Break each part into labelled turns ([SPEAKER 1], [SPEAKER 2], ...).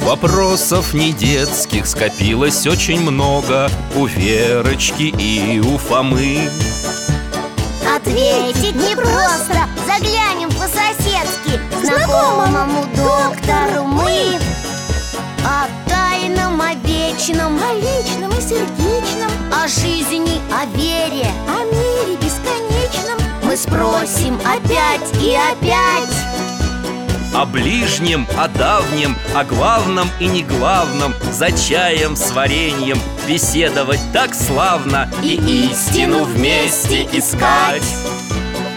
[SPEAKER 1] Вопросов не детских скопилось очень много У Верочки и у Фомы
[SPEAKER 2] Ответить непросто Заглянем по-соседски Знакомому доктору мы О тайном, о вечном
[SPEAKER 3] О личном и сердечном,
[SPEAKER 2] О жизни, о вере
[SPEAKER 3] о мире бесконечном
[SPEAKER 2] Мы спросим опять и опять
[SPEAKER 1] О ближнем, о давнем, о главном и не главном За чаем с вареньем беседовать так славно
[SPEAKER 2] И истину вместе искать.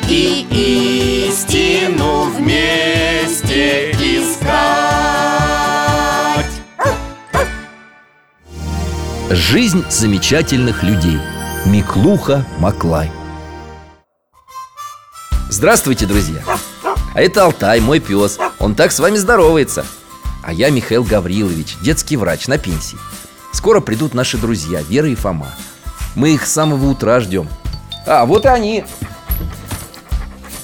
[SPEAKER 1] И истину вместе искать Жизнь замечательных людей Миклуха Маклай Здравствуйте, друзья! А это Алтай, мой пес Он так с вами здоровается А я Михаил Гаврилович, детский врач на пенсии Скоро придут наши друзья Вера и Фома Мы их с самого утра ждем А, вот и они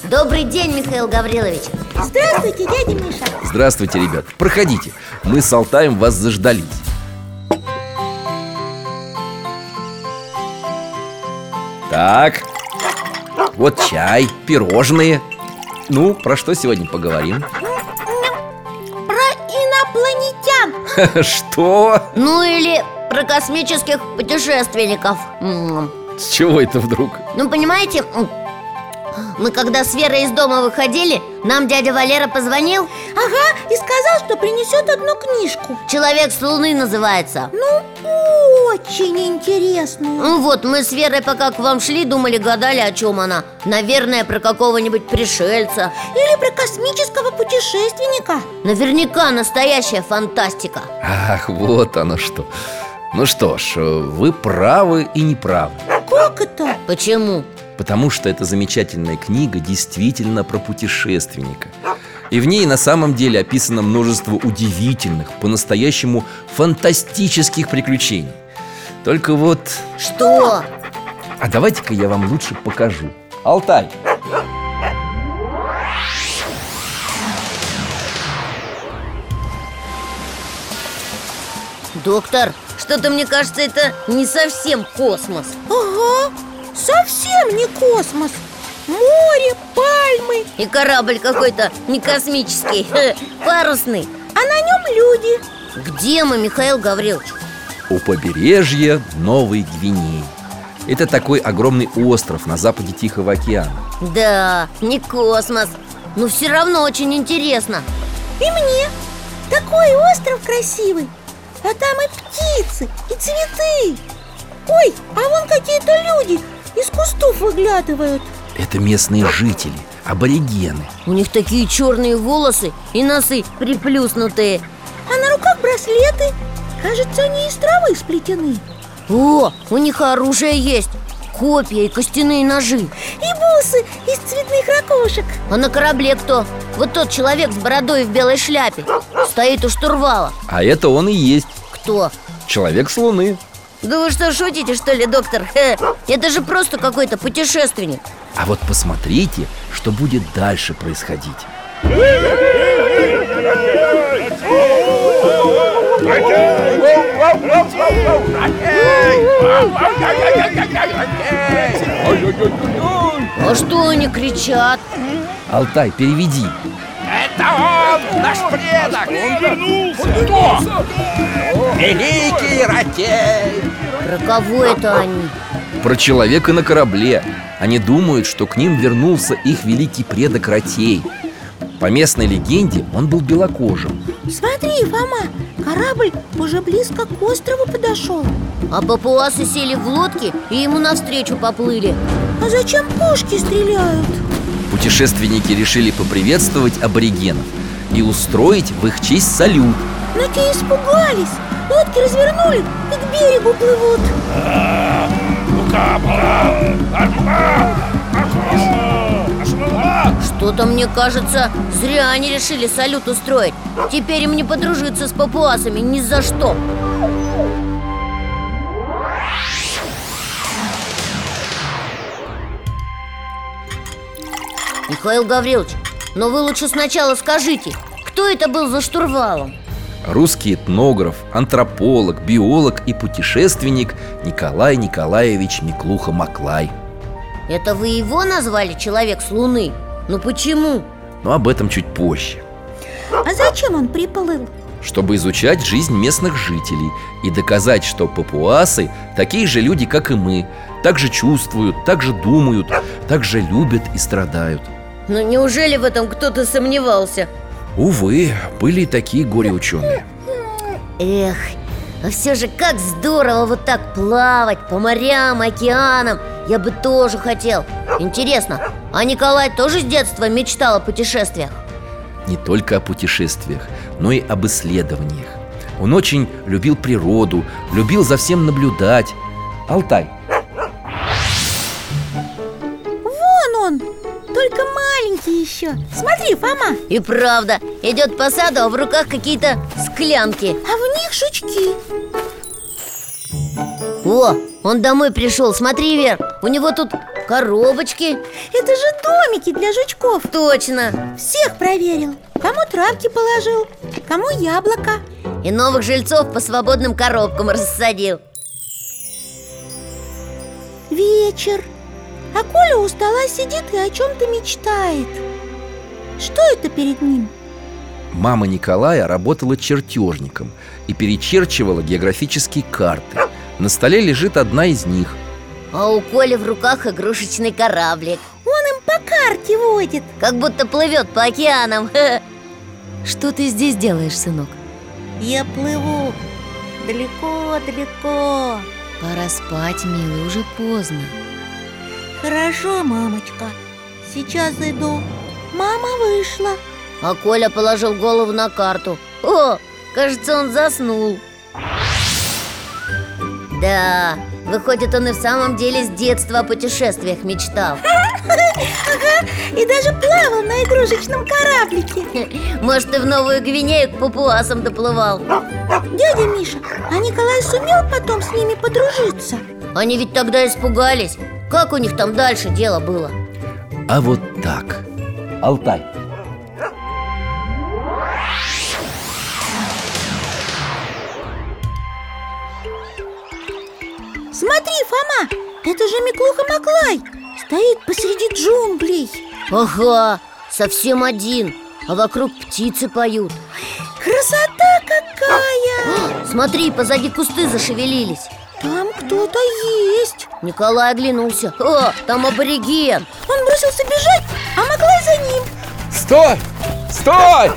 [SPEAKER 2] Добрый день, Михаил Гаврилович
[SPEAKER 3] Здравствуйте, дядя Миша
[SPEAKER 1] Здравствуйте, ребят. Проходите. Мы с Алтаем вас заждались. Так. Вот чай, пирожные. Ну, про что сегодня поговорим?
[SPEAKER 3] Про инопланетян
[SPEAKER 1] Что?
[SPEAKER 2] Ну или про космических путешественников М.
[SPEAKER 1] С чего это вдруг?
[SPEAKER 2] Ну, понимаете, м, мы когда с Верой из дома выходили, нам дядя Валера позвонил
[SPEAKER 3] Ага, А, и сказал, что принесет одну книжку
[SPEAKER 2] «Человек с Луны» называется
[SPEAKER 3] Ну, очень интересную
[SPEAKER 2] Ну вот, мы с Верой пока к вам шли, думали, гадали, о чем она Наверное, про какого-нибудь пришельца
[SPEAKER 3] Или про космического путешественника
[SPEAKER 2] Наверняка настоящая фантастика
[SPEAKER 1] Ах, вот оно что. Ну что ж, э, вы правы и не правы.
[SPEAKER 3] Как это?
[SPEAKER 2] Почему?
[SPEAKER 1] Потому что эта замечательная книга действительно про путешественника. И в ней на самом деле описано множество удивительных, по-настоящему фантастических приключений. Только вот...
[SPEAKER 2] Что?
[SPEAKER 1] А давайте-ка я вам лучше покажу. Алтай!
[SPEAKER 2] Доктор, что-то мне кажется, это не совсем космос
[SPEAKER 3] Ага, совсем не космос Море, пальмы,
[SPEAKER 2] И корабль какой-то не космический, парусный
[SPEAKER 3] а на нем люди
[SPEAKER 2] Где мы, Михаил Гаврилович?
[SPEAKER 1] У побережья Новой Гвинеи. Это такой огромный остров на западе Тихого океана.
[SPEAKER 2] Да, не космос Но все равно очень интересно
[SPEAKER 3] И мне Такой остров красивый А там и птицы, и цветы Ой, а вон какие-то люди Из кустов выглядывают
[SPEAKER 1] Это местные жители, аборигены.
[SPEAKER 2] У них такие черные волосы и носы приплюснутые
[SPEAKER 3] А на руках браслеты Кажется, они из травы сплетены
[SPEAKER 2] О, у них оружие есть Копья и костяные ножи
[SPEAKER 3] И бусы из цветных ракушек
[SPEAKER 2] А на корабле кто? Вот тот человек с бородой и в белой шляпе Стоит у штурвала
[SPEAKER 1] А это он и есть
[SPEAKER 2] Кто?
[SPEAKER 1] человек с Луны.
[SPEAKER 2] Да вы что, шутите, что ли, доктор? Хе, это же просто какой-то путешественник
[SPEAKER 1] А вот посмотрите, что будет дальше происходить.
[SPEAKER 2] А что они кричат?
[SPEAKER 1] Алтай, переведи.
[SPEAKER 2] Про кого это они?
[SPEAKER 1] Про человека на корабле. Они думают, что к ним вернулся их великий предок Ратей. По местной легенде он был белокожим.
[SPEAKER 3] Смотри, Фома, корабль уже близко к острову подошел
[SPEAKER 2] А папуасы сели в лодки и ему навстречу поплыли
[SPEAKER 3] А зачем пушки стреляют?
[SPEAKER 1] Путешественники решили поприветствовать аборигенов и устроить в их честь салют.
[SPEAKER 3] Но Ну, те испугались Лодки развернули и к берегу плывут
[SPEAKER 2] Что-то мне кажется, зря они решили салют устроить Теперь им не подружиться с папуасами ни за что Михаил Гаврилович, но вы лучше сначала скажите, кто это был за штурвалом?
[SPEAKER 1] русский этнограф, антрополог, биолог и путешественник Николай Николаевич Миклуха-Маклай.
[SPEAKER 2] Это вы его назвали «Человек с Луны»? Ну почему?
[SPEAKER 1] Но об этом чуть позже.
[SPEAKER 3] А зачем он приплыл?
[SPEAKER 1] чтобы изучать жизнь местных жителей и доказать, что папуасы такие же люди, как и мы, так же чувствуют, так же думают, так же любят и страдают.
[SPEAKER 2] Ну неужели в этом кто-то сомневался?
[SPEAKER 1] Увы, были и такие горе-ученые.
[SPEAKER 2] Эх, а все же как здорово вот так плавать по морям, океанам Я бы тоже хотел Интересно, а Николай тоже с детства мечтал о путешествиях?
[SPEAKER 1] Не только о путешествиях, но и об исследованиях. Он очень любил природу, любил за всем наблюдать. Алтай,
[SPEAKER 3] Вон он! Только маленький еще Смотри, Фома,
[SPEAKER 2] И правда, идет по саду, а в руках какие-то склянки
[SPEAKER 3] а в них жучки
[SPEAKER 2] О, он домой пришел, смотри, Вер У него тут коробочки
[SPEAKER 3] Это же домики для жучков
[SPEAKER 2] Точно,
[SPEAKER 3] Всех проверил Кому травки положил, кому яблоко
[SPEAKER 2] и новых жильцов по свободным коробкам рассадил
[SPEAKER 3] Вечер А Коля у стола сидит и о чем-то мечтает Что это перед ним?
[SPEAKER 1] мама Николая работала чертежником и перечерчивала географические карты. На столе лежит одна из них.
[SPEAKER 2] А у Коли в руках игрушечный кораблик
[SPEAKER 3] Он им по карте водит
[SPEAKER 2] Как будто плывет по океанам Что ты здесь делаешь, сынок?
[SPEAKER 3] Я плыву далеко-далеко
[SPEAKER 2] Пора спать, милый, уже поздно
[SPEAKER 3] Хорошо, мамочка Сейчас иду Мама вышла
[SPEAKER 2] А Коля положил голову на карту О, кажется, он заснул Да, выходит, он и в самом деле с детства о путешествиях мечтал
[SPEAKER 3] И даже плавал на игрушечном кораблике
[SPEAKER 2] Может, и в Новую Гвинею к папуасам доплывал
[SPEAKER 3] Дядя Миша, а Николай сумел потом с ними подружиться?
[SPEAKER 2] Они ведь тогда испугались Как у них там дальше дело было?
[SPEAKER 1] А вот так. Алтай.
[SPEAKER 3] Смотри, Фома, это же Миклуха Маклай Стоит посреди джунглей
[SPEAKER 2] Ага, совсем один А вокруг птицы поют
[SPEAKER 3] Красота какая!
[SPEAKER 2] Смотри, позади кусты зашевелились
[SPEAKER 3] Там кто-то есть
[SPEAKER 2] Николай оглянулся О, там абориген
[SPEAKER 3] Он бросился бежать, а Маклай за ним
[SPEAKER 1] Стой! Стой!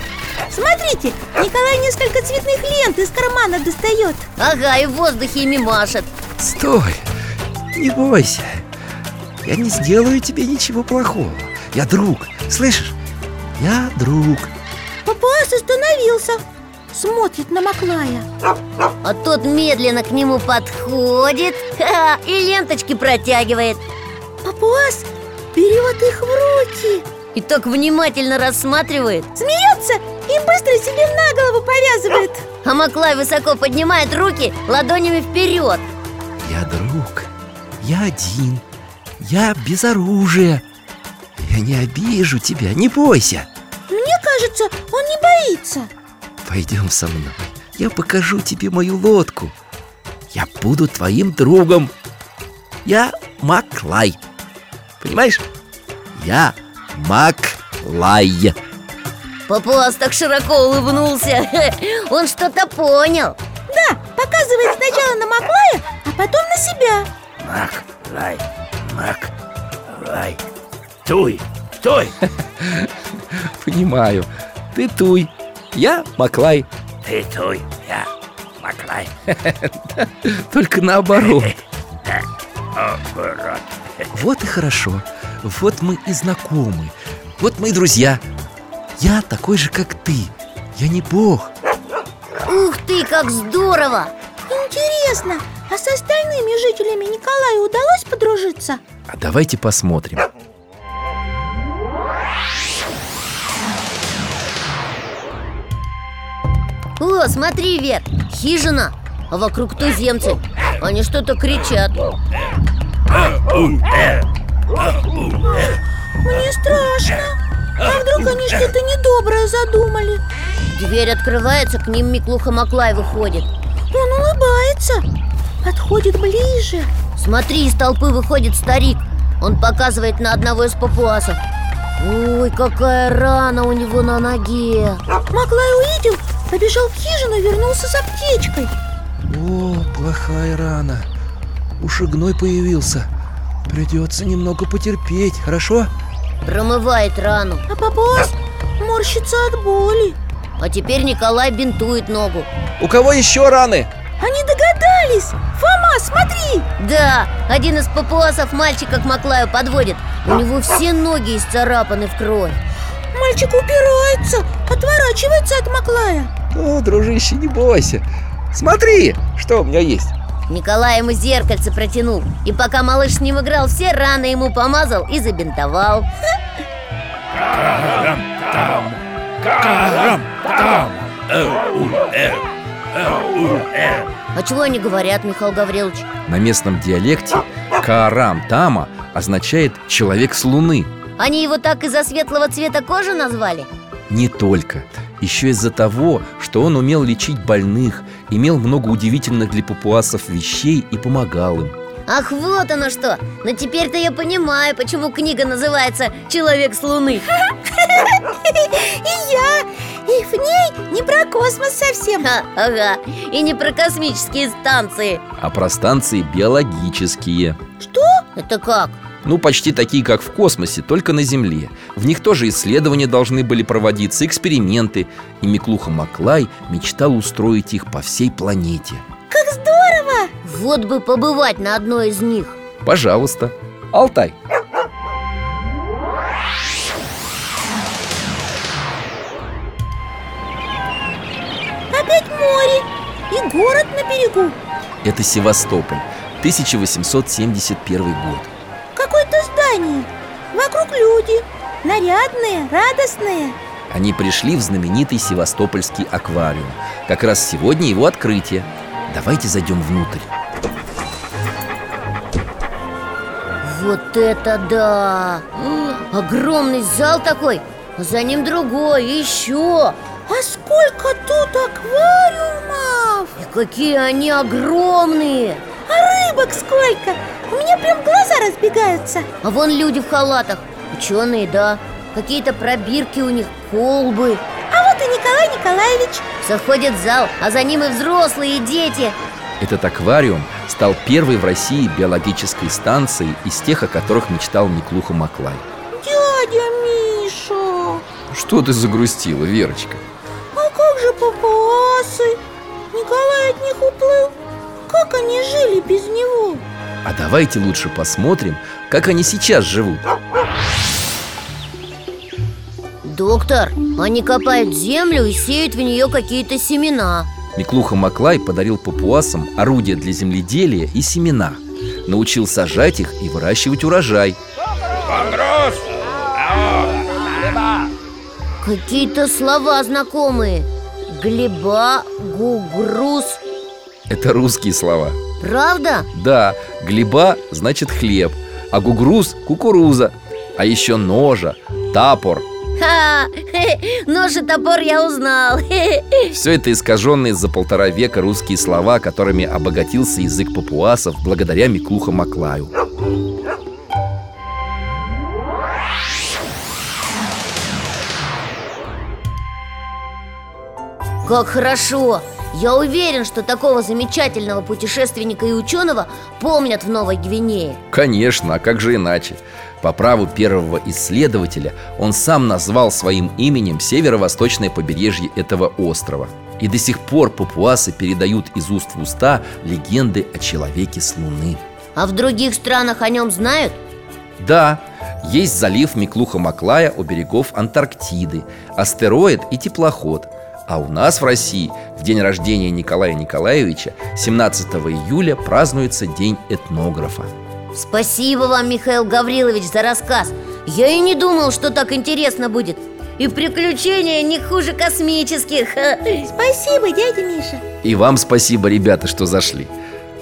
[SPEAKER 3] Смотрите, Николай несколько цветных лент из кармана достает
[SPEAKER 2] Ага, и в воздухе ими машет
[SPEAKER 1] Стой! Не бойся. Я не сделаю тебе ничего плохого. Я друг. Слышишь? Я друг.
[SPEAKER 3] Папуас остановился Смотрит на Маклая
[SPEAKER 2] А тот медленно к нему подходит ха, И ленточки протягивает
[SPEAKER 3] Папуас берет их в руки
[SPEAKER 2] И так внимательно рассматривает
[SPEAKER 3] Смеется и быстро себе на голову повязывает
[SPEAKER 2] А Маклай высоко поднимает руки ладонями вперед
[SPEAKER 1] Я друг. Я один. Я без оружия. Я не обижу тебя. Не бойся.
[SPEAKER 3] Мне кажется, он не боится
[SPEAKER 1] Пойдем со мной. Я покажу тебе мою лодку. Я буду твоим другом. Я Маклай. Понимаешь? Я Маклай.
[SPEAKER 2] Папуас так широко улыбнулся Он что-то понял
[SPEAKER 3] Да, показывает сначала на Маклая, а потом на себя
[SPEAKER 1] Мак, рай, мак, рай
[SPEAKER 4] Туй, туй,
[SPEAKER 1] Понимаю, ты туй, я Маклай,
[SPEAKER 4] ты туй, я Маклай
[SPEAKER 1] только наоборот
[SPEAKER 4] О, урод.
[SPEAKER 1] Вот и хорошо, вот мы и знакомы, вот мы и друзья Я такой же, как ты, я не бог
[SPEAKER 2] Ух ты, как здорово!
[SPEAKER 3] Интересно, а с остальными жителями Николаю удалось подружиться?
[SPEAKER 1] А давайте посмотрим
[SPEAKER 2] О, смотри, Вер, хижина А вокруг туземцы Они что-то кричат
[SPEAKER 3] Мне Ну, страшно А вдруг они что-то недоброе задумали?
[SPEAKER 2] Дверь открывается, к ним Миклуха Маклай выходит
[SPEAKER 3] Он улыбается, подходит ближе
[SPEAKER 2] Смотри, из толпы выходит старик Он показывает на одного из папуасов Ой, какая рана у него на ноге
[SPEAKER 3] Маклай увидел, побежал в хижину, вернулся с аптечкой
[SPEAKER 5] О, плохая рана. Уж и гной появился. Придется немного потерпеть, хорошо?
[SPEAKER 2] Промывает рану
[SPEAKER 3] А папуас морщится от боли
[SPEAKER 2] А теперь Николай бинтует ногу
[SPEAKER 1] У кого еще раны?
[SPEAKER 3] Они догадались! Фома, смотри!
[SPEAKER 2] Да, один из папуасов мальчика к Маклаю подводит У него все ноги исцарапаны в кровь
[SPEAKER 3] Мальчик упирается, отворачивается от Маклая
[SPEAKER 1] О, дружище, не бойся Смотри, что у меня есть
[SPEAKER 2] Николай ему зеркальце протянул И пока малыш с ним играл, все раны ему помазал и забинтовал
[SPEAKER 4] Карам, там. Э,
[SPEAKER 2] А чего они говорят, Михаил Гаврилович?
[SPEAKER 1] На местном диалекте Каарам Тама означает «человек с луны»
[SPEAKER 2] Они его так из-за светлого цвета кожи назвали?
[SPEAKER 1] Не только Еще из-за того, что он умел лечить больных Имел много удивительных для папуасов вещей и помогал им
[SPEAKER 2] Ах, вот оно что! Но теперь-то я понимаю, почему книга называется «Человек с Луны»
[SPEAKER 3] И я, и в ней не про космос совсем
[SPEAKER 2] Ха, Ага, и не про космические станции
[SPEAKER 1] А про станции биологические
[SPEAKER 3] Что?
[SPEAKER 2] Это как?
[SPEAKER 1] Ну, почти такие, как в космосе, только на Земле В них тоже исследования должны были проводиться, эксперименты И Миклуха Маклай мечтал устроить их по всей планете
[SPEAKER 3] Как здорово!
[SPEAKER 2] Вот бы побывать на одной из них
[SPEAKER 1] Пожалуйста Алтай,
[SPEAKER 3] Опять море и город на берегу
[SPEAKER 1] это Севастополь 1871 год
[SPEAKER 3] Какое-то здание Вокруг люди Нарядные, радостные
[SPEAKER 1] Они пришли в знаменитый Севастопольский аквариум Как раз сегодня его открытие Давайте зайдем внутрь
[SPEAKER 2] Вот это да! М, Огромный зал такой, а за ним другой, и еще
[SPEAKER 3] А сколько тут аквариумов!
[SPEAKER 2] И какие они огромные!
[SPEAKER 3] А рыбок сколько! У меня прям глаза разбегаются
[SPEAKER 2] А вон люди в халатах, ученые, да Какие-то пробирки у них, колбы
[SPEAKER 3] А вот и Николай Николаевич
[SPEAKER 2] Заходит в зал, а за ним и взрослые, и дети
[SPEAKER 1] Этот аквариум стал первой в России биологической станцией Из тех, о которых мечтал Миклуха Маклай
[SPEAKER 3] Дядя Миша
[SPEAKER 1] Что ты загрустила, Верочка?
[SPEAKER 3] А как же папуасы? Николай от них уплыл Как они жили без него?
[SPEAKER 1] А давайте лучше посмотрим, как они сейчас живут
[SPEAKER 2] Доктор, они копают землю и сеют в нее какие-то семена
[SPEAKER 1] Миклуха Маклай подарил папуасам орудия для земледелия и семена Научил сажать их и выращивать урожай
[SPEAKER 4] Погруз.
[SPEAKER 2] Какие-то слова знакомые Глеба, гугрус
[SPEAKER 1] Это русские слова
[SPEAKER 2] Правда?
[SPEAKER 1] Да, глеба значит хлеб, а гугруз – кукуруза, а еще ножа, тапор.
[SPEAKER 2] Ха! Нож и топор я узнал
[SPEAKER 1] Все это искаженные за полтора века русские слова, которыми обогатился язык папуасов благодаря Миклуха Маклаю.
[SPEAKER 2] Как хорошо! Я уверен, что такого замечательного путешественника и ученого помнят в Новой Гвинее
[SPEAKER 1] Конечно, а как же иначе? По праву первого исследователя он сам назвал своим именем северо-восточное побережье этого острова. И до сих пор папуасы передают из уст в уста легенды о человеке с Луны.
[SPEAKER 2] А в других странах о нем знают?
[SPEAKER 1] Да, есть залив Миклуха-Маклая у берегов Антарктиды, астероид и теплоход. А у нас в России в день рождения Николая Николаевича 17 июля празднуется День этнографа.
[SPEAKER 2] Спасибо вам, Михаил Гаврилович, за рассказ Я и не думал, что так интересно будет И приключения не хуже космических
[SPEAKER 3] Спасибо, дядя Миша
[SPEAKER 1] И вам спасибо, ребята, что зашли.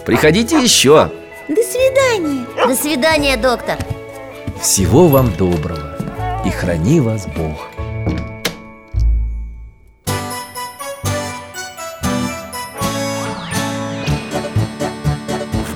[SPEAKER 1] Приходите еще.
[SPEAKER 3] До свидания
[SPEAKER 2] До свидания, доктор
[SPEAKER 1] Всего вам доброго. и храни вас Бог. В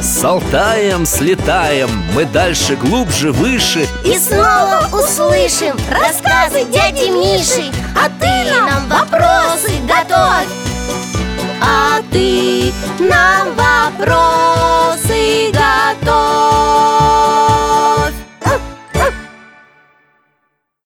[SPEAKER 1] С Алтаем слетаем, мы дальше, глубже, выше.
[SPEAKER 2] И снова услышим рассказы дяди Миши А ты нам вопросы готовь А ты нам вопросы готовь